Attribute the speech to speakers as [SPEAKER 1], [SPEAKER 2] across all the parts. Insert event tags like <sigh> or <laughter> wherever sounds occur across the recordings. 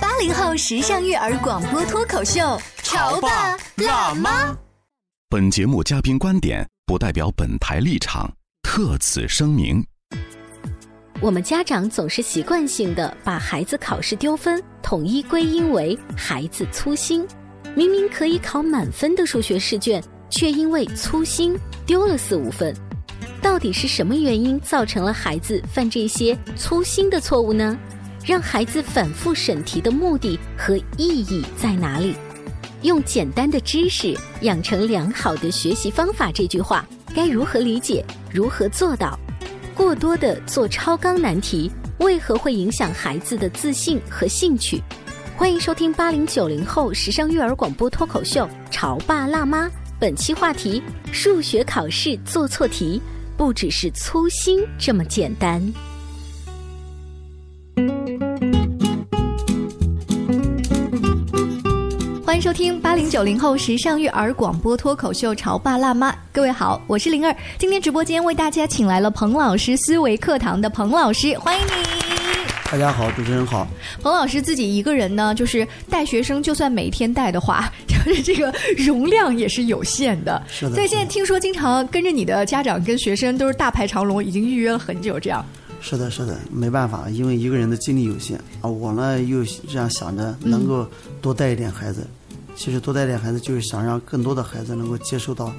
[SPEAKER 1] 八零后时尚育儿广播脱口秀，潮爸辣妈。
[SPEAKER 2] 妈。
[SPEAKER 3] 本节目嘉宾观点不代表本台立场，特此声明。
[SPEAKER 4] 我们家长总是习惯性的把孩子考试丢分统一归因为孩子粗心，明明可以考满分的数学试卷，却因为粗心丢了四五分。到底是什么原因造成了孩子犯这些粗心的错误呢？让孩子反复审题的目的和意义在哪里？用简单的知识养成良好的学习方法这句话该如何理解？如何做到？过多的做超纲难题为何会影响孩子的自信和兴趣？欢迎收听八零九零后时尚育儿广播脱口秀《潮爸辣妈》，本期话题：数学考试做错题，不只是粗心这么简单。
[SPEAKER 1] 欢迎收听八零九零后时尚育儿广播脱口秀《潮爸辣妈》。各位好，我是灵儿。今天直播间为大家请来了彭老师思维课堂的彭老师，欢迎你。
[SPEAKER 5] 大家好，主持人好。
[SPEAKER 1] 彭老师自己一个人呢，就是带学生，就算每天带的话， <laughs> 就是这个容量也是有限的。
[SPEAKER 5] 是的
[SPEAKER 1] 所以现在听说，经常跟着你的家长跟学生都是大排长龙，已经预约了很久。这样，
[SPEAKER 5] 是的，是的，没办法，因为一个人的精力有限啊。我呢又这样想着，能够多带一点孩子。其实多带点孩子，就是想让更多的孩子能够接受到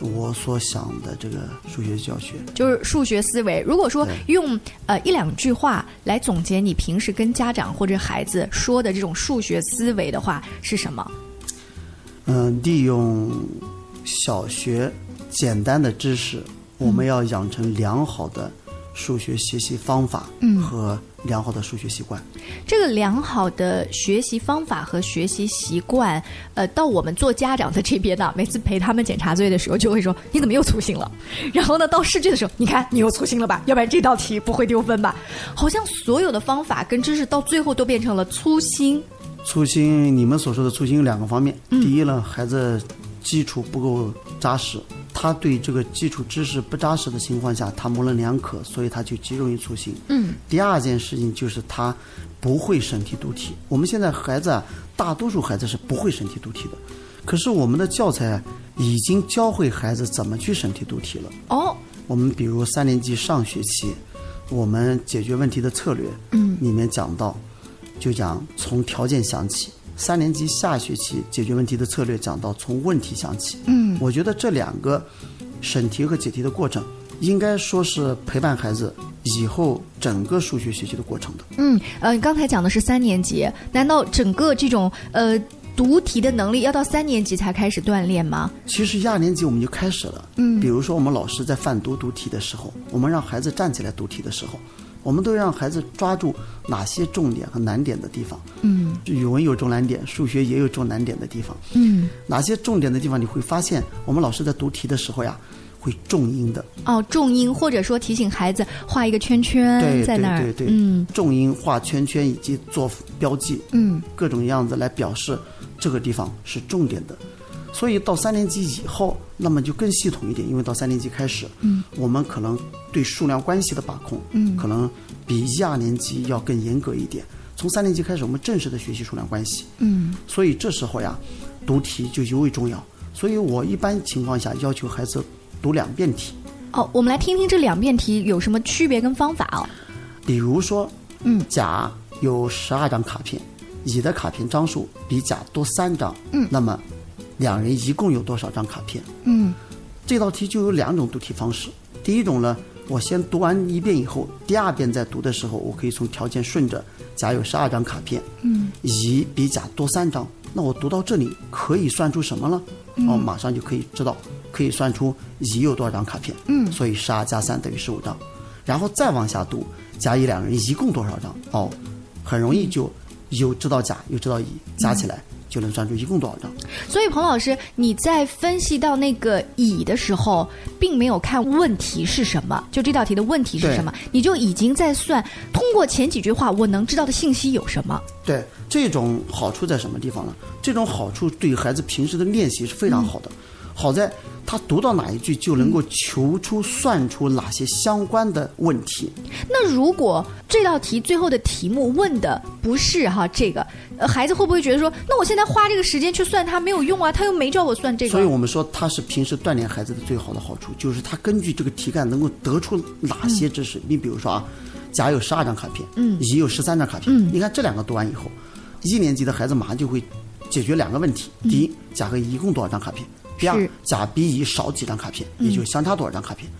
[SPEAKER 5] 我所想的这个数学教学。
[SPEAKER 1] 就是数学思维。如果说
[SPEAKER 5] 对
[SPEAKER 1] 用呃一两句话来总结你平时跟家长或者孩子说的这种数学思维的话，是什么？
[SPEAKER 5] 嗯，利用小学简单的知识，我们要养成良好的数学学习方法和良好的数学习惯。
[SPEAKER 1] 这个良好的学习方法和学习习惯，呃，到我们做家长的这边呢，每次陪他们检查作业的时候，就会说你怎么又粗心了？然后呢，到试卷的时候，你看你又粗心了吧？要不然这道题不会丢分吧？好像所有的方法跟知识到最后都变成了粗心。
[SPEAKER 5] 粗心，你们所说的粗心有两个方面。第一呢，孩子基础不够扎实，他对这个基础知识不扎实的情况下，他模棱两可，所以他就极容易粗心。嗯。第二件事情就是他不会审题读题。我们现在孩子啊，大多数孩子是不会审题读题的，可是我们的教材啊已经教会孩子怎么去审题读题了。
[SPEAKER 1] 哦，
[SPEAKER 5] 我们比如三年级上学期，我们解决问题的策略，嗯，里面讲到，就讲从条件想起。三年级下学期解决问题的策略讲到从问题想起，嗯，我觉得这两个审题和解题的过程，应该说是陪伴孩子以后整个数学学习的过程的。
[SPEAKER 1] 嗯，呃，你刚才讲的是三年级，难道整个这种呃读题的能力要到三年级才开始锻炼吗？
[SPEAKER 5] 其实一二年级我们就开始了，嗯，比如说我们老师在泛读读题的时候，我们让孩子站起来读题的时候，我们都让孩子抓住哪些重点和难点的地方，嗯，语文有重难点，数学也有重难点的地方，嗯，哪些重点的地方你会发现，我们老师在读题的时候呀，会重音的，
[SPEAKER 1] 哦，重音，或者说提醒孩子画一个圈圈
[SPEAKER 5] 对
[SPEAKER 1] 在
[SPEAKER 5] 对
[SPEAKER 1] 那儿，
[SPEAKER 5] 对对，
[SPEAKER 1] 嗯，
[SPEAKER 5] 重音画圈圈以及做标记，
[SPEAKER 1] 嗯，
[SPEAKER 5] 各种样子来表示这个地方是重点的。所以到三年级以后，那么就更系统一点，因为到三年级开始，嗯，我们可能对数量关系的把控，嗯，可能比一二年级要更严格一点。从三年级开始，我们正式的学习数量关系，嗯，所以这时候呀，读题就尤为重要。所以我一般情况下要求孩子读两遍题，
[SPEAKER 1] 哦，我们来听听这两遍题有什么区别跟方法哦。
[SPEAKER 5] 比如说，嗯，甲有十二张卡片，乙的卡片张数比甲多三张，嗯，那么两人一共有多少张卡片？嗯，这道题就有两种读题方式，第一种呢，我先读完一遍以后，第二遍再读的时候，我可以从条件顺着，甲有十二张卡片，嗯，乙比甲多三张，那我读到这里可以算出什么了？哦，马上就可以知道，可以算出乙有多少张卡片，嗯，所以十二加三等于十五张，然后再往下读，甲乙两人一共多少张？哦，很容易就又知道甲又知道乙，加起来就能算出一共多少张。
[SPEAKER 1] 所以彭老师，你在分析到那个乙的时候，并没有看问题是什么，就这道题的问题是
[SPEAKER 5] 对
[SPEAKER 1] 什么，你就已经在算通过前几句话我能知道的信息有什么。
[SPEAKER 5] 对，这种好处在什么地方呢？这种好处对于孩子平时的练习是非常好的。好在他读到哪一句就能够求出、算出哪些相关的问题。
[SPEAKER 1] 那如果这道题最后的题目问的不是哈这个，呃孩子会不会觉得说，那我现在花这个时间去算它没有用啊？他又没叫我算这个。啊
[SPEAKER 5] 所以我们说，他是平时锻炼孩子的最好的好处，就是他根据这个题干能够得出哪些知识。你比如说啊，甲有十二张卡片，嗯，乙有十三张卡片，
[SPEAKER 1] 嗯
[SPEAKER 5] 你看这两个读完以后，一年级的孩子马上就会解决两个问题：第一，甲和乙一共多少张卡片？第二
[SPEAKER 1] 嗯是，嗯
[SPEAKER 5] 甲比乙少几张卡片，也就相差多少张卡片，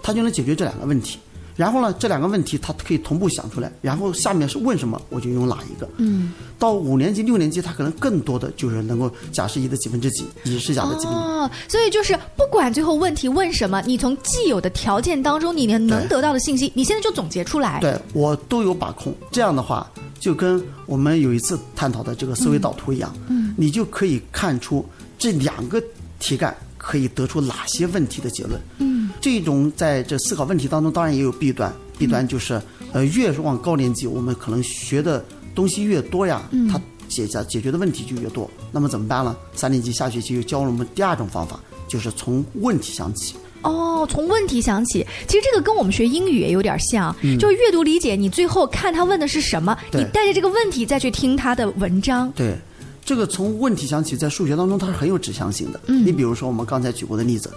[SPEAKER 5] 他就能解决这两个问题。然后呢，这两个问题他可以同步想出来，然后下面是问什么，我就用哪一个。嗯，到五年级、六年级，他可能更多的就是能够甲是乙的几分之几，乙是甲的几分之几。
[SPEAKER 1] 哦，所以就是不管最后问题问什么，你从既有的条件当中，你能能
[SPEAKER 5] 对
[SPEAKER 1] 得到的信息，你现在就总结出来。
[SPEAKER 5] 对我都有把控。这样的话，就跟我们有一次探讨的这个思维导图一样，嗯，你就可以看出这两个题干可以得出哪些问题的结论。嗯，这种在这思考问题当中，当然也有弊端，弊端就是、呃，越往高年级，我们可能学的东西越多呀，嗯、它解决解决的问题就越多。那么怎么办呢？三年级下学期又教了我们第二种方法，就是从问题想起。
[SPEAKER 1] 哦，从问题想起，其实这个跟我们学英语也有点像，就是阅读理解，你最后看他问的是什么，
[SPEAKER 5] 嗯对
[SPEAKER 1] 你带着这个问题再去听他的文章。
[SPEAKER 5] 对，这个从问题想起，在数学当中它是很有指向性的。嗯，你比如说我们刚才举过的例子，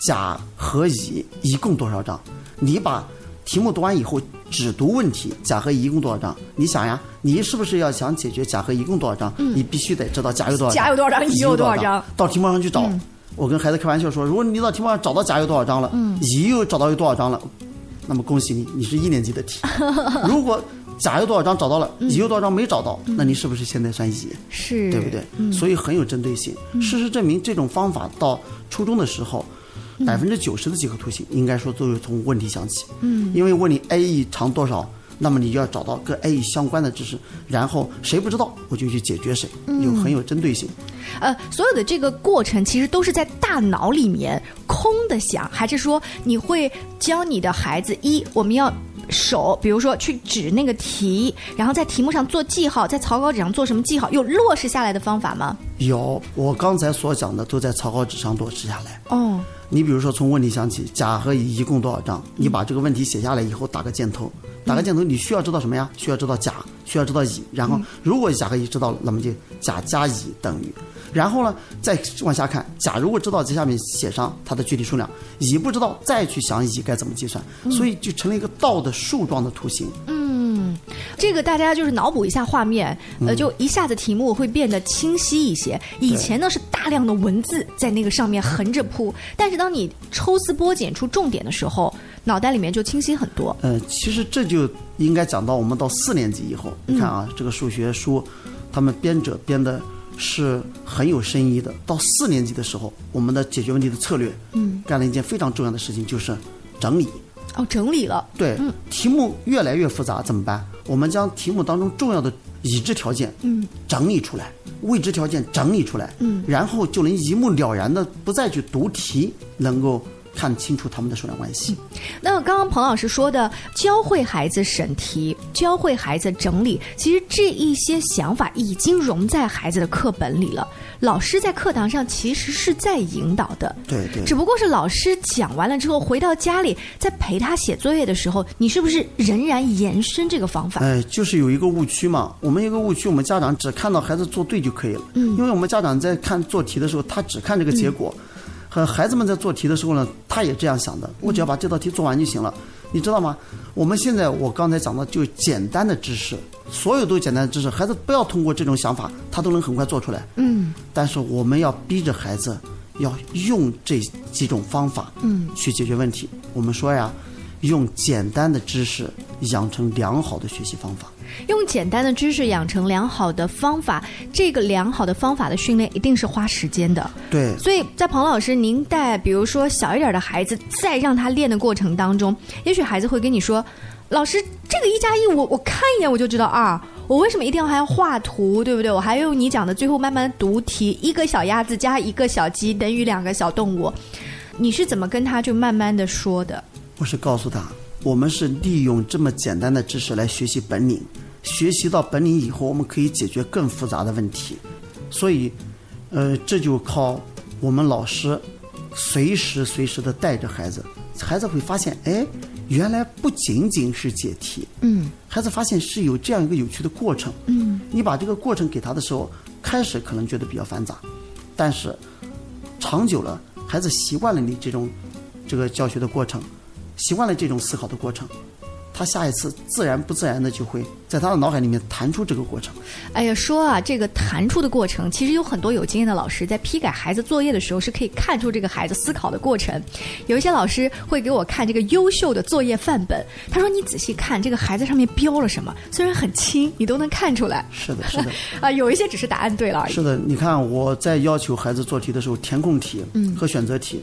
[SPEAKER 5] 甲和乙一共多少张？你把题目读完以后，只读问题，甲和乙一共多少张？你想呀，你是不是要想解决甲和乙一共多少张？你必须得知道甲有多少
[SPEAKER 1] 嗯
[SPEAKER 5] 张，
[SPEAKER 1] 甲有多少张
[SPEAKER 5] 乙
[SPEAKER 1] 乙有多少
[SPEAKER 5] 少
[SPEAKER 1] 张，嗯
[SPEAKER 5] 到题目上去找。我跟孩子开玩笑说，如果你到题目上找到甲有多少张了，
[SPEAKER 1] 嗯
[SPEAKER 5] 乙又找到有多少张了，那么恭喜你，你是一年级的
[SPEAKER 1] <laughs>
[SPEAKER 5] 题。如果甲有多少张找到了，
[SPEAKER 1] 嗯
[SPEAKER 5] 乙有多少张没找到，那你是不是现在算乙？
[SPEAKER 1] 是，
[SPEAKER 5] 对不对？？所以很有针对性。事实证明，这种方法到初中的时候，百分之九十的几何图形应该说都是从问题想起。嗯，因为问你 a 长多少，那么你就要找到跟 a 相关的知识，然后谁不知道我就去解决谁，有很有针对性。
[SPEAKER 1] 呃，所有的这个过程其实都是在大脑里面空的想，还是说你会教你的孩子一，我们要。手，比如说去指那个题，然后在题目上做记号，在草稿纸上做什么记号，有落实下来的方法吗？
[SPEAKER 5] 有，我刚才所讲的都在草稿纸上落实下来。
[SPEAKER 1] 哦，
[SPEAKER 5] 你比如说，从问题想起，甲和乙一共多少张？你把这个问题写下来以后，打个箭头，打个箭头，你需要知道什么呀？需要知道甲，需要知道乙。然后，如果甲和乙知道了，那么就甲加乙等于。然后呢，再往下看，甲如果知道这下面写上它的具体数量，乙不知道，再去想乙该怎么计算，所以就成了一个倒的树状的图形。
[SPEAKER 1] 这个大家就是脑补一下画面，呃，就一下子题目会变得清晰一些。以前呢是大量的文字在那个上面横着铺，但是当你抽丝剥茧出重点的时候，脑袋里面就清晰很多。
[SPEAKER 5] 呃，其实这就应该讲到我们到四年级以后，你看啊，这个数学书，他们编者编的是很有深意的。到四年级的时候，我们的解决问题的策略，嗯，干了一件非常重要的事情，就是整理。
[SPEAKER 1] 哦，整理了，
[SPEAKER 5] 对，题目越来越复杂怎么办？我们将题目当中重要的已知条件，嗯，整理出来，未知条件整理出来，嗯，然后就能一目了然的不再去读题，能够看清楚它们的数量关系。
[SPEAKER 1] 那刚刚彭老师说的，教会孩子审题，教会孩子整理，其实这一些想法已经融在孩子的课本里了。老师在课堂上其实是在引导的，
[SPEAKER 5] 对对
[SPEAKER 1] 只不过是老师讲完了之后，回到家里在陪他写作业的时候，你是不是仍然延伸这个方法？
[SPEAKER 5] 哎，就是有一个误区嘛，我们有一个误区，我们家长只看到孩子做对就可以了，
[SPEAKER 1] 嗯
[SPEAKER 5] 因为我们家长在看做题的时候，他只看这个结果，和孩子们在做题的时候呢，他也这样想的，我只要把这道题做完就行了，你知道吗？我们现在我刚才讲的就简单的知识，所有都简单的知识，孩子不要通过这种想法，他都能很快做出来，嗯，但是我们要逼着孩子要用这几种方法，嗯，去解决问题。我们说呀，用简单的知识养成良好的学习方法。
[SPEAKER 1] 用简单的知识养成良好的方法，这个良好的方法的训练一定是花时间的。
[SPEAKER 5] 对，
[SPEAKER 1] 所以在彭老师，您带比如说小一点的孩子，在让他练的过程当中，也许孩子会跟你说：“老师，这个一加一，我我看一眼我就知道二，我为什么一定要还要画图，对不对？我还用你讲的最后慢慢读题，一个小鸭子加一个小鸡等于两个小动物。”你是怎么跟他就慢慢的说的？
[SPEAKER 5] 我是告诉他，我们是利用这么简单的知识来学习本领，学习到本领以后，我们可以解决更复杂的问题。所以，呃，这就靠我们老师随时随时的带着孩子，孩子会发现，哎，原来不仅仅是解题，嗯，孩子发现是有这样一个有趣的过程，嗯，你把这个过程给他的时候，开始可能觉得比较繁杂，但是长久了，孩子习惯了你这种这个教学的过程，习惯了这种思考的过程，他下一次自然不自然的就会在他的脑海里面弹出这个过程。
[SPEAKER 1] 哎呀，说啊，这个弹出的过程，其实有很多有经验的老师在批改孩子作业的时候，是可以看出这个孩子思考的过程。有一些老师会给我看这个优秀的作业范本，他说：“你仔细看这个孩子上面标了什么，虽然很轻，你都能看出来。”
[SPEAKER 5] 是的， <laughs> 是的，
[SPEAKER 1] <laughs> 啊，有一些只是答案对
[SPEAKER 5] <laughs>
[SPEAKER 1] 了而已。
[SPEAKER 5] 是的。你看我在要求孩子做题的时候，填空题和选择题，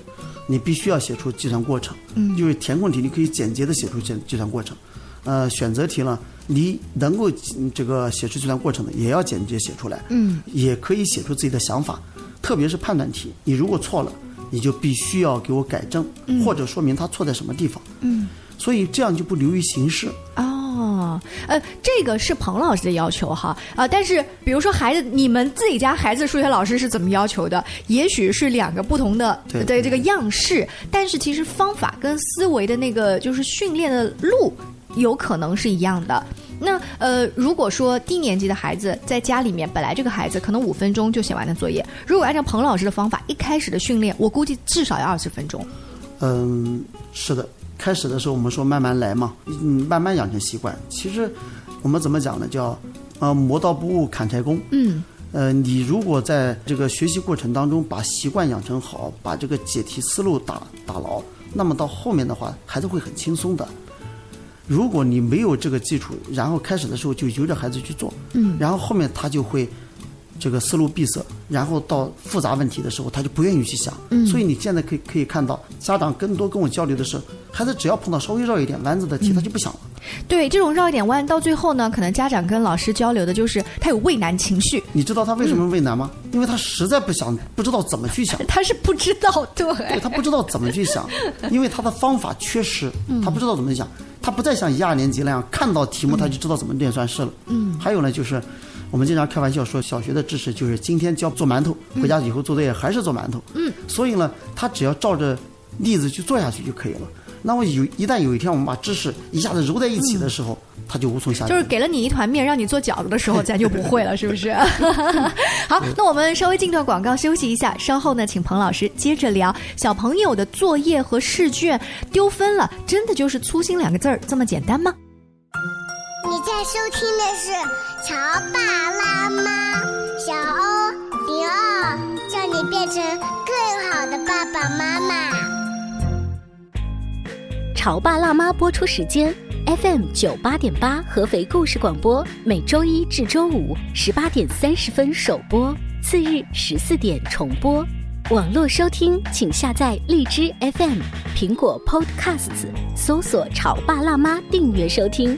[SPEAKER 5] 你必须要写出计算过程。嗯，因为填空题你可以简洁的写出计计算过程，呃，选择题呢，你能够嗯这个写出计算过程的，也要简洁写出来。嗯，也可以写出自己的想法，特别是判断题，你如果错了，你就必须要给我改正，或者说明他错在什么地方。嗯，所以这样就不流于形式。
[SPEAKER 1] 哦，呃，这个是彭老师的要求哈啊、但是比如说孩子，你们自己家孩子数学老师是怎么要求的？也许是两个不同的
[SPEAKER 5] 对
[SPEAKER 1] 这个样式，但是其实方法跟思维的那个就是训练的路有可能是一样的。那呃，如果说低年级的孩子在家里面，本来这个孩子可能五分钟就写完了作业，如果按照彭老师的方法，一开始的训练，我估计至少要二十分钟。
[SPEAKER 5] 嗯，是的，开始的时候我们说慢慢来嘛，嗯，慢慢养成习惯。其实我们怎么讲呢？叫呃磨刀不误砍柴工。
[SPEAKER 1] 嗯，
[SPEAKER 5] 呃，你如果在这个学习过程当中把习惯养成好，把这个解题思路打打牢，那么到后面的话，孩子会很轻松的。如果你没有这个基础，然后开始的时候就由着孩子去做，嗯，然后后面他就会这个思路闭塞，然后到复杂问题的时候，他就不愿意去想。嗯，所以你现在可以可以看到，家长更多跟我交流的是，孩子只要碰到稍微绕一点弯子的题，他就不想了。
[SPEAKER 1] 对，这种绕一点弯，到最后呢，可能家长跟老师交流的就是他有畏难情绪，
[SPEAKER 5] 你知道他为什么为难吗？因为他实在不想，不知道怎么去想。
[SPEAKER 1] 他是不知道，对，
[SPEAKER 5] 对他不知道怎么去 <laughs> 想，因为他的方法缺失，他不知道怎么想，他不再像一二年级那样看到题目他就知道怎么练算式了。嗯，还有呢，就是我们经常开玩笑说，小学的知识就是今天教做馒头，回家以后做作业还是做馒头。嗯，所以呢，他只要照着例子去做下去就可以了。那么有一旦有一天我们把知识一下子揉在一起的时候，他就无从下手。
[SPEAKER 1] 就是给了你一团面，让你做饺子的时候，咱就不会了，是不是？好，那我们稍微进段广告休息一下，稍后呢，请彭老师接着聊小朋友的作业和试卷丢分了，真的就是粗心两个字儿这么简单吗？
[SPEAKER 6] 你在收听的是《潮爸辣妈》，小欧零二，叫你变成更好的爸爸妈妈。
[SPEAKER 4] 《潮爸辣妈》播出时间：FM 九八点八合肥故事广播，每周一至周五十八点三十分首播，次日十四点重播。网络收听，请下载荔枝 FM、苹果 Podcasts，搜索“潮爸辣妈”订阅收听。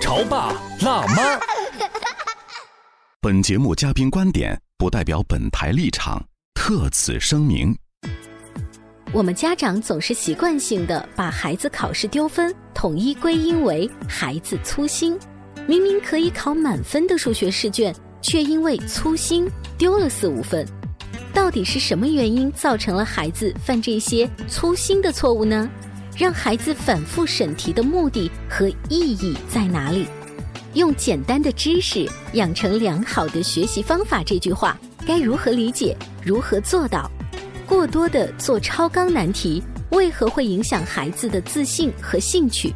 [SPEAKER 7] 潮爸辣妈》。
[SPEAKER 3] 本节目嘉宾观点不代表本台立场，特此声明。
[SPEAKER 4] 我们家长总是习惯性的把孩子考试丢分统一归因为孩子粗心，明明可以考满分的数学试卷，却因为粗心丢了四五分。到底是什么原因造成了孩子犯这些粗心的错误呢？让孩子反复审题的目的和意义在哪里？用简单的知识养成良好的学习方法这句话该如何理解？如何做到？过多的做超纲难题为何会影响孩子的自信和兴趣？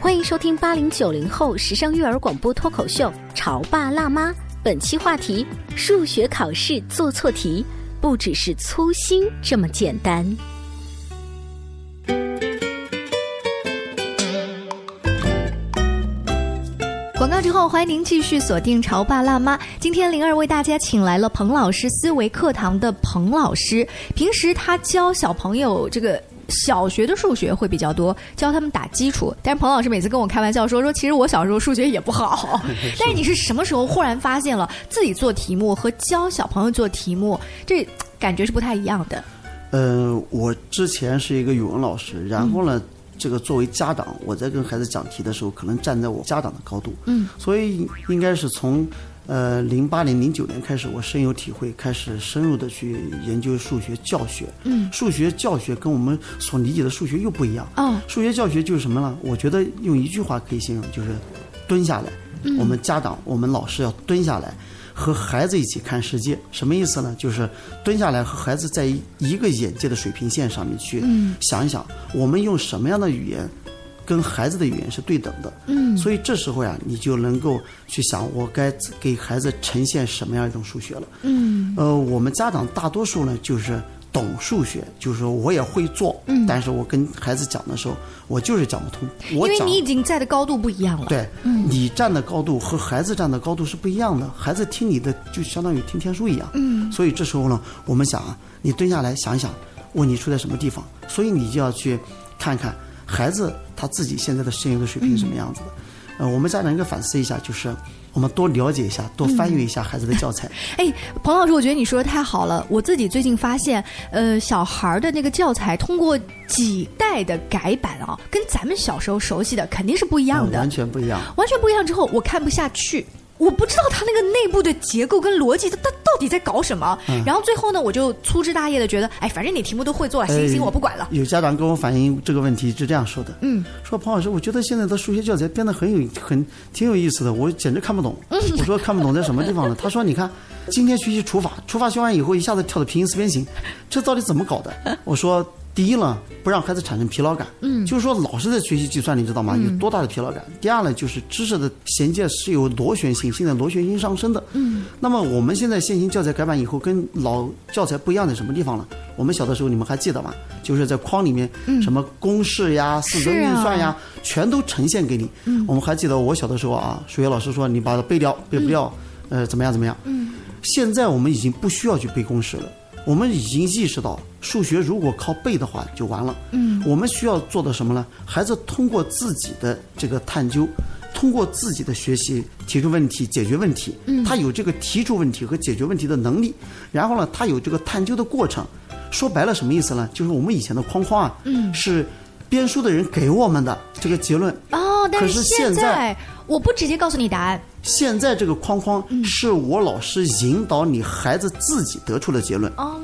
[SPEAKER 4] 欢迎收听八零九零后时尚育儿广播脱口秀《潮爸辣妈》，本期话题：数学考试做错题，不只是粗心这么简单。
[SPEAKER 1] 广告之后，欢迎您继续锁定《潮爸辣妈》。今天灵儿为大家请来了彭老师思维课堂的彭老师。平时他教小朋友这个小学的数学会比较多，教他们打基础。但是彭老师每次跟我开玩笑说说，其实我小时候数学也不
[SPEAKER 8] <laughs>
[SPEAKER 1] 好。但是你是什么时候忽然发现了自己做题目和教小朋友做题目这感觉是不太一样的？
[SPEAKER 5] 呃，我之前是一个语文老师，然后呢，这个作为家长，我在跟孩子讲题的时候，可能站在我家长的高度，
[SPEAKER 1] 嗯
[SPEAKER 5] 所以应该是从呃零八年、零九年开始，我深有体会，开始深入的去研究数学教学。
[SPEAKER 1] 嗯
[SPEAKER 5] 数学教学跟我们所理解的数学又不一样。
[SPEAKER 1] 哦
[SPEAKER 5] 数学教学就是什么呢？我觉得用一句话可以形容，就是蹲下来。
[SPEAKER 1] 嗯
[SPEAKER 5] 我们家长、我们老师要蹲下来，和孩子一起看世界。什么意思呢？就是蹲下来和孩子在一个眼界的水平线上面去
[SPEAKER 9] 嗯
[SPEAKER 5] 想一想，我们用什么样的语言跟孩子的语言是对等的。
[SPEAKER 9] 嗯
[SPEAKER 5] 所以这时候呀、你就能够去想，我该给孩子呈现什么样一种数学了。
[SPEAKER 9] 嗯
[SPEAKER 5] 呃，我们家长大多数呢就是懂数学，就是说我也会做，
[SPEAKER 1] 嗯
[SPEAKER 5] 但是我跟孩子讲的时候，我就是讲不通。
[SPEAKER 1] 因
[SPEAKER 5] 我
[SPEAKER 1] 为
[SPEAKER 5] 讲
[SPEAKER 1] 你已经在的高度不一样了。
[SPEAKER 5] 对，
[SPEAKER 1] 嗯
[SPEAKER 5] 你站的高度和孩子站的高度是不一样的，孩子听你的就相当于听天书一样。
[SPEAKER 1] 嗯
[SPEAKER 5] 所以这时候呢，我们想啊，你蹲下来想一想，问题出在什么地方，所以你就要去看看孩子他自己现在的生育的水平是什么样子的。
[SPEAKER 1] 嗯
[SPEAKER 5] 呃，我们家长应该反思一下，就是我们多了解一下，
[SPEAKER 1] 嗯
[SPEAKER 5] 多翻阅一下孩子的教材。
[SPEAKER 1] 哎，彭老师，我觉得你说的太好了。我自己最近发现，呃，小孩儿的那个教材通过几代的改版啊，跟咱们小时候熟悉的肯定是 <laughs> 不一样的，
[SPEAKER 5] 嗯完全不一样。
[SPEAKER 1] 完全不一样。之后我看不下去。我不知道他那个内部的结构跟逻辑，他他到底在搞什么？
[SPEAKER 5] 嗯
[SPEAKER 1] 然后最后呢，我就粗枝大叶的觉得，哎，反正你题目都会做了，行行，行
[SPEAKER 5] 呃
[SPEAKER 1] 我不管了。
[SPEAKER 5] 有家长跟我反映这个问题是这样说的，
[SPEAKER 1] 嗯，
[SPEAKER 5] 说彭老师，我觉得现在的数学教材编得很有很挺有意思的，我简直看不懂。
[SPEAKER 1] 嗯
[SPEAKER 5] 我说看不懂在什么
[SPEAKER 1] <laughs>
[SPEAKER 5] 地方呢？他说你看，今天学习除法，除法学完以后一下子跳到平行四边形，这到底怎么搞的？我说。第一呢，不让孩子产生疲劳感，
[SPEAKER 9] 嗯
[SPEAKER 5] 就是说老师在学习计算，你知道吗？
[SPEAKER 9] 嗯
[SPEAKER 5] 有多大的疲劳感？第二呢，就是知识的衔接是有螺旋性，现在螺旋性上升的，
[SPEAKER 9] 嗯
[SPEAKER 5] 那么我们现在现行教材改版以后，跟老教材不一样在什么地方呢？我们小的时候你们还记得吗？就是在框里面，
[SPEAKER 9] 嗯
[SPEAKER 5] 什么公式呀、四则
[SPEAKER 9] 是
[SPEAKER 5] 运
[SPEAKER 9] 啊
[SPEAKER 5] 算呀，全都呈现给你。
[SPEAKER 9] 嗯
[SPEAKER 5] 我们还记得我小的时候啊，数学老师说你把它背掉，背不掉，呃，怎么样怎么样。
[SPEAKER 9] 嗯
[SPEAKER 5] 现在我们已经不需要去背公式了，我们已经意识到，数学如果靠背的话就完了。
[SPEAKER 9] 嗯
[SPEAKER 5] 我们需要做的什么呢？孩子通过自己的这个探究，通过自己的学习提出问题、解决问题。
[SPEAKER 9] 嗯
[SPEAKER 5] 他有这个提出问题和解决问题的能力，然后呢，他有这个探究的过程。说白了什么意思呢？就是我们以前的框框啊，
[SPEAKER 1] 嗯
[SPEAKER 5] 是编书的人给我们的这个结论。
[SPEAKER 1] 哦，但
[SPEAKER 5] 可
[SPEAKER 1] 是
[SPEAKER 5] 是
[SPEAKER 1] 现
[SPEAKER 5] 现在
[SPEAKER 1] 我不直接告诉你答案，
[SPEAKER 5] 现在这个框框
[SPEAKER 1] 嗯
[SPEAKER 5] 是我老师引导你孩子自己得出的结论，
[SPEAKER 1] 哦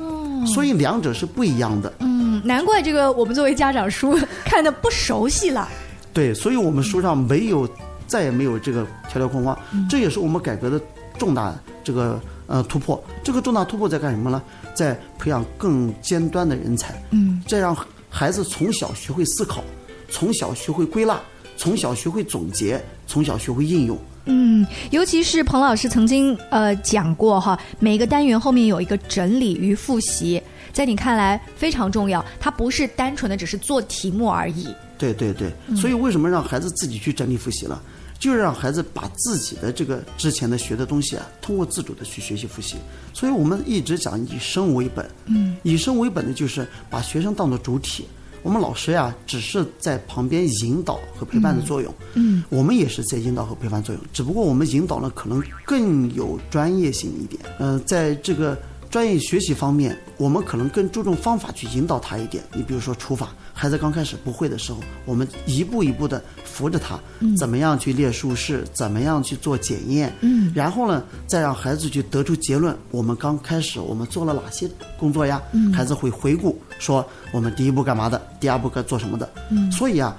[SPEAKER 5] 所以两者是不一样的。
[SPEAKER 1] 嗯，难怪这个我们作为家长书 <laughs> 看的不熟悉了。
[SPEAKER 5] 对，所以我们书上没有，再也没有这个条条框框，
[SPEAKER 1] 嗯
[SPEAKER 5] 这也是我们改革的重大这个呃突破。这个重大突破在干什么呢？在培养更尖端的人才，
[SPEAKER 9] 嗯
[SPEAKER 5] 这让孩子从小学会思考，从小学会归纳，从小学会总结，从小学会应用。
[SPEAKER 1] 嗯，尤其是彭老师曾经呃讲过哈，每个单元后面有一个整理与复习，在你看来非常重要，它不是单纯的只是做题目而已。
[SPEAKER 5] 对对对，
[SPEAKER 1] 嗯
[SPEAKER 5] 所以为什么让孩子自己去整理复习了？就是让孩子把自己的这个之前的学的东西啊，通过自主的去学习复习。所以我们一直讲以生为本，
[SPEAKER 9] 嗯
[SPEAKER 5] 以生为本的就是把学生当作主体，我们老师呀、只是在旁边引导和陪伴的作用，
[SPEAKER 9] 嗯
[SPEAKER 5] 我们也是在引导和陪伴作用，只不过我们引导呃呢可能更有专业性一点。嗯、在这个专业学习方面，我们可能更注重方法去引导他一点。你比如说除法，孩子刚开始不会的时候，我们一步一步的扶着他，
[SPEAKER 9] 嗯
[SPEAKER 5] 怎么样去列竖式，怎么样去做检验，
[SPEAKER 9] 嗯
[SPEAKER 5] 然后呢，再让孩子去得出结论。我们刚开始我们做了哪些工作呀？
[SPEAKER 9] 嗯
[SPEAKER 5] 孩子会回顾说我们第一步干嘛的，第二步该做什么的。
[SPEAKER 9] 嗯
[SPEAKER 5] 所以啊，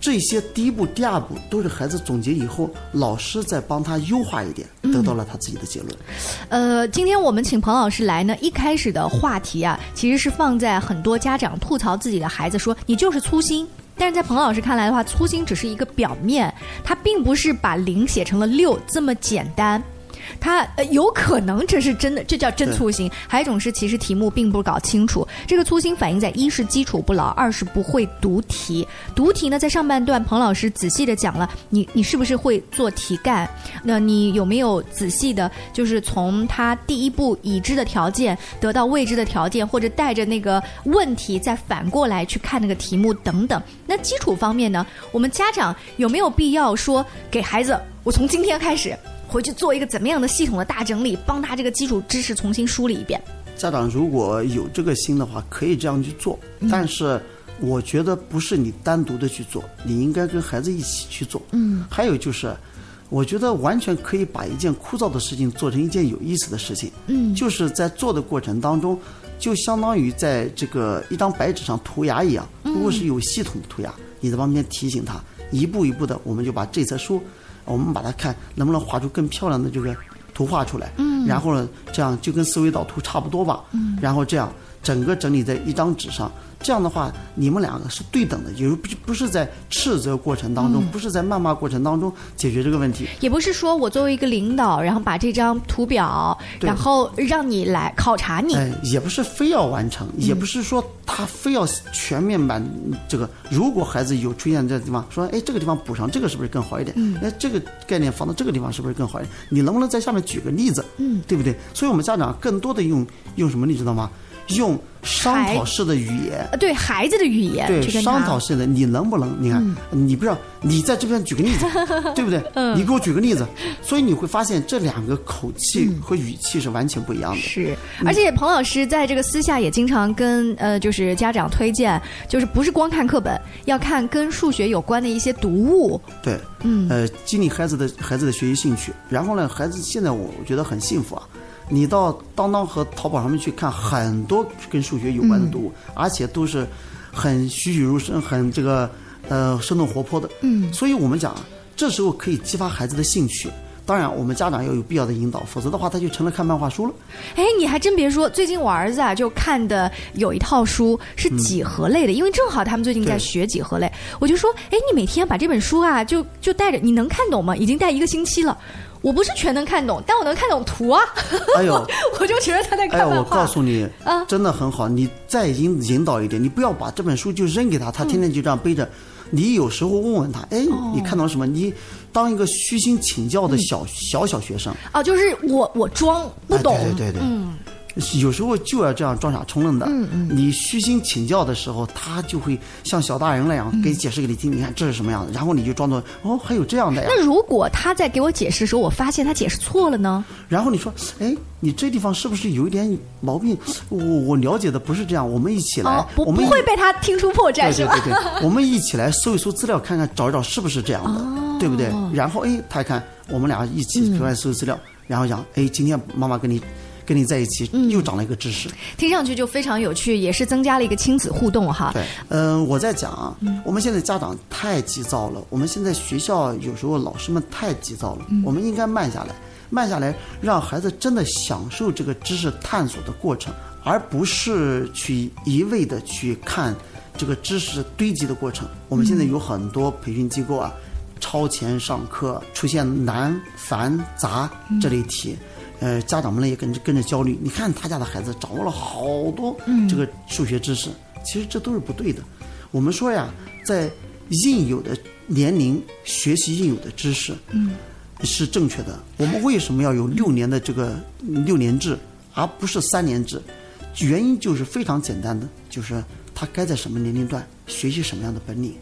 [SPEAKER 5] 这些第一步、第二步都是孩子总结以后，老师再帮他优化一点，
[SPEAKER 1] 嗯
[SPEAKER 5] 得到了他自己的结论。
[SPEAKER 1] 呃，今天我们请彭老师来呢，一开始的话题啊，其实是放在很多家长吐槽自己的孩子说你就是粗心。但是在彭老师看来的话，粗心只是一个表面，他并不是把零写成了六这么简单。他呃有可能这是真的，这叫真
[SPEAKER 10] 对
[SPEAKER 1] 粗心。还有一种是，其实题目并不搞清楚。这个粗心反映在一是基础不牢，二是不会读题。读题呢，在上半段彭老师仔细的讲了，你你是不是会做题干？那你有没有仔细的，就是从他第一步已知的条件得到未知的条件，或者带着那个问题再反过来去看那个题目等等。那基础方面呢，我们家长有没有必要说给孩子，我从今天开始回去做一个怎么样的系统的大整理，帮他这个基础知识重新梳理一遍？
[SPEAKER 5] 家长如果有这个心的话，可以这样去做
[SPEAKER 1] 嗯，
[SPEAKER 5] 但是我觉得不是你单独的去做，你应该跟孩子一起去做。
[SPEAKER 1] 嗯
[SPEAKER 5] 还有就是，我觉得完全可以把一件枯燥的事情做成一件有意思的事情。
[SPEAKER 1] 嗯
[SPEAKER 5] 就是在做的过程当中，就相当于在这个一张白纸上涂鸦一样。
[SPEAKER 9] 嗯
[SPEAKER 5] 如果是有系统的涂鸦，你在旁边提醒他，一步一步的，我们就把这册书，我们把它看能不能画出更漂亮的这个图画出来。
[SPEAKER 9] 嗯
[SPEAKER 5] 然后呢，这样就跟思维导图差不多吧。
[SPEAKER 9] 嗯
[SPEAKER 5] 然后这样整个整理在一张纸上。这样的话，你们两个是对等的，也就不不是在斥责过程当中，
[SPEAKER 1] 嗯
[SPEAKER 5] 不是在谩骂过程当中解决这个问题。
[SPEAKER 1] 也不是说我作为一个领导，然后把这张图表，
[SPEAKER 5] 对
[SPEAKER 1] 然后让你来考察你。
[SPEAKER 5] 哎，也不是非要完成，
[SPEAKER 1] 嗯
[SPEAKER 5] 也不是说他非要全面满这个。如果孩子有出现这地方，说哎这个地方补上这个是不是更好一点？
[SPEAKER 9] 嗯
[SPEAKER 5] 那这个概念放到这个地方是不是更好一点？你能不能在下面举个例子？
[SPEAKER 9] 嗯
[SPEAKER 5] 对不对？所以我们家长更多的用用什么，你知道吗？用商
[SPEAKER 1] 孩
[SPEAKER 5] 讨式的语言。
[SPEAKER 1] 呃对孩子的语言
[SPEAKER 5] 对，
[SPEAKER 1] 去跟他
[SPEAKER 5] 商讨式的，你能不能？你看，你不知道，你在这边举个
[SPEAKER 1] <laughs>
[SPEAKER 5] 例子，对不对？
[SPEAKER 1] 嗯
[SPEAKER 5] 你给我举个例子，所以你会发现这两个口气
[SPEAKER 1] 嗯
[SPEAKER 5] 和语气是完全不一样的。
[SPEAKER 1] 是，
[SPEAKER 5] 嗯
[SPEAKER 1] 而且彭老师在这个私下也经常跟呃，就是家长推荐，就是不是光看课本，要看跟数学有关的一些读物。
[SPEAKER 5] 对，
[SPEAKER 1] 嗯
[SPEAKER 5] 呃，激励孩子的孩子的学习兴趣。然后呢，孩子现在我我觉得很幸福啊，你到当当和淘宝上面去看很多跟数学有关的读物，而且都是很栩栩如生，很这个呃生动活泼的。
[SPEAKER 9] 嗯
[SPEAKER 5] 所以我们讲啊，这时候可以激发孩子的兴趣。当然，我们家长要有必要的引导，否则的话，他就成了看漫画书了。
[SPEAKER 1] 哎，你还真别说，最近我儿子啊就看的有一套书是几何类的，因为正好他们最近在
[SPEAKER 5] 对
[SPEAKER 1] 学几何类，我就说，哎，你每天把这本书啊就就带着，你能看懂吗？已经带一个星期了。我不是全能看懂，但我能看懂图啊！
[SPEAKER 5] 哎呦
[SPEAKER 1] <laughs> 我就觉得他 <laughs> 在
[SPEAKER 5] 哎，
[SPEAKER 1] 看漫
[SPEAKER 5] 我
[SPEAKER 1] 画。
[SPEAKER 5] 告诉你
[SPEAKER 1] 啊，
[SPEAKER 5] 真的很好。你再引引导一点，你不要把这本书就扔给他，他天天就这样背着。你有时候问问他，哎，
[SPEAKER 1] 哦
[SPEAKER 5] 你看到了什么？你当一个虚心请教的小小小学生，
[SPEAKER 1] 哦，就是我我装嗯不懂，
[SPEAKER 5] 哎对对对对
[SPEAKER 1] 嗯，
[SPEAKER 5] 有时候就要这样装傻充愣的。
[SPEAKER 1] 嗯嗯
[SPEAKER 5] 你虚心请教的时候，他就会像小大人那样
[SPEAKER 1] 嗯
[SPEAKER 5] 给解释给你听。你看这是什么样的，然后你就装作哦，还有这样的呀。
[SPEAKER 1] 那如果他在给我解释的时候，我发现他解释错了呢？
[SPEAKER 5] 然后你说，哎，你这地方是不是有一点毛病？我我了解的不是这样，我们一起来，
[SPEAKER 1] 哦，不
[SPEAKER 5] 我们
[SPEAKER 1] 不
[SPEAKER 5] 一
[SPEAKER 1] 会被他听出破绽
[SPEAKER 5] 对
[SPEAKER 1] 是
[SPEAKER 5] 对
[SPEAKER 1] 吧？
[SPEAKER 5] 对
[SPEAKER 1] <laughs>
[SPEAKER 5] 对，我们一起来搜一搜资料，看看找一找是不是这样的，
[SPEAKER 1] 哦
[SPEAKER 5] 对不对？然后哎，他一看我们俩一起出来搜资料，然后讲哎，今天妈妈跟你跟你在一起、
[SPEAKER 1] 嗯
[SPEAKER 5] 又长了一个知识。
[SPEAKER 1] 听上去就非常有趣，也是增加了一个亲子互动哈。
[SPEAKER 5] 对，嗯、我在讲啊，我们现在家长太急躁了，我们现在学校有时候老师们太急躁了，
[SPEAKER 9] 嗯
[SPEAKER 5] 我们应该慢下来，慢下来，让孩子真的享受这个知识探索的过程，而不是去一味的去看这个知识堆积的过程。我们现在有很多培训机构啊，超前上课出现难、繁、杂这类题。呃，家长们呢也跟着跟着焦虑。你看他家的孩子掌握了好多
[SPEAKER 9] 嗯
[SPEAKER 5] 这个数学知识，其实这都是不对的。我们说呀，在应有的年龄学习应有的知识
[SPEAKER 9] 嗯
[SPEAKER 5] 是正确的。我们为什么要有六年的这个六年制，而不是三年制？原因就是非常简单的，就是他该在什么年龄段学习什么样的本领。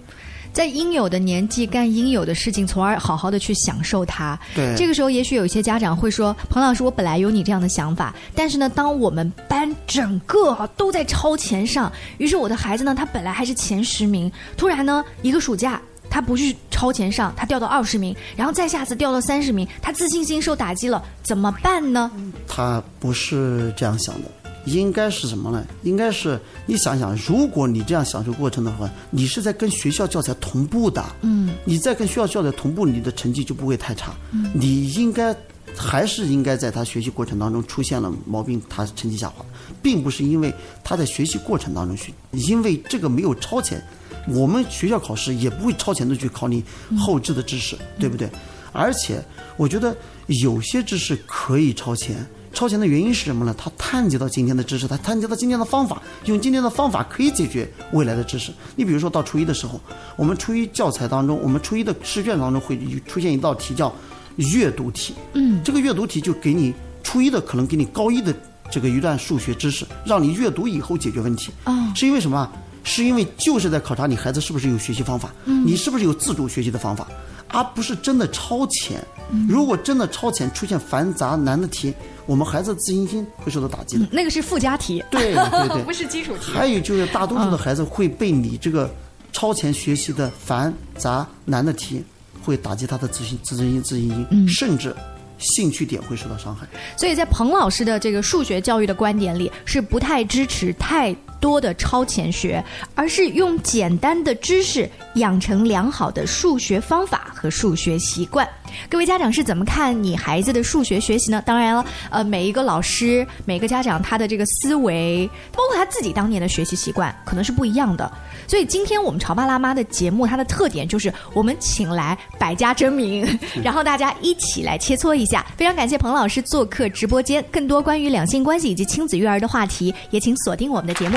[SPEAKER 1] 在应有的年纪干应有的事情，从而好好的去享受它。
[SPEAKER 5] 对
[SPEAKER 1] 这个时候也许有一些家长会说：“彭老师，我本来有你这样的想法，但是呢，当我们班整个啊都在超前上，于是我的孩子呢，他本来还是前十名，突然呢，一个暑假。”他不去超前上，他掉到二十名，然后再下次掉到三十名，他自信心受打击了，怎么办呢？
[SPEAKER 5] 他不是这样想的，应该是什么呢？应该是你想想，如果你这样享受过程的话，你是在跟学校教材同步的。
[SPEAKER 9] 嗯
[SPEAKER 5] 你在跟学校教材同步，你的成绩就不会太差。
[SPEAKER 9] 嗯
[SPEAKER 5] 你应该还是应该在他学习过程当中出现了毛病，他成绩下滑，并不是因为他在学习过程当中去，因为这个没有超前，我们学校考试也不会超前的去考你后置的知识，对不对？而且我觉得有些知识可以超前。超前的原因是什么呢？他探究到今天的知识，他探究到今天的方法，用今天的方法可以解决未来的知识。你比如说到初一的时候，我们初一教材当中，我们初一的试卷当中会出现一道题叫阅读题。
[SPEAKER 9] 嗯
[SPEAKER 5] 这个阅读题就给你初一的，可能给你高一的 <laughs> 这个一段数学知识，让你阅读以后解决问题。
[SPEAKER 9] 哦
[SPEAKER 5] 是因为什么啊？是因为就是在考察你孩子是不是有学习方法，
[SPEAKER 9] 嗯
[SPEAKER 5] 你是不是有自主学习的方法，而不是真的超前。
[SPEAKER 1] 嗯
[SPEAKER 5] 如果真的超前出现繁杂难的题，我们孩子的自信心会受到打击的。
[SPEAKER 1] 那个是附加题，<laughs>
[SPEAKER 5] 对对对
[SPEAKER 1] 嗯不是基础题。
[SPEAKER 5] 还有就是，大多数的孩子会被你这个超前学习的繁杂难的题，会打击他的自信、自尊心、自信
[SPEAKER 1] 嗯
[SPEAKER 5] 心，甚至兴趣点会受到伤害。
[SPEAKER 1] 所以在彭老师的这个数学教育的观点里，是不太支持太多的超前学，而是用简单的知识养成良好的数学方法和数学习惯。各位家长是怎么看你孩子的数学学习呢？当然了，呃，每一个老师、每个家长他的这个思维，包括他自己当年的学习习惯，可能是不一样的。所以今天我们潮爸辣妈的节目，它的特点就是我们请来百家争鸣，然后大家一起来切磋一下。非常感谢彭老师做客直播间，更多关于两性关系以及亲子育儿的话题，也请锁定我们的节目，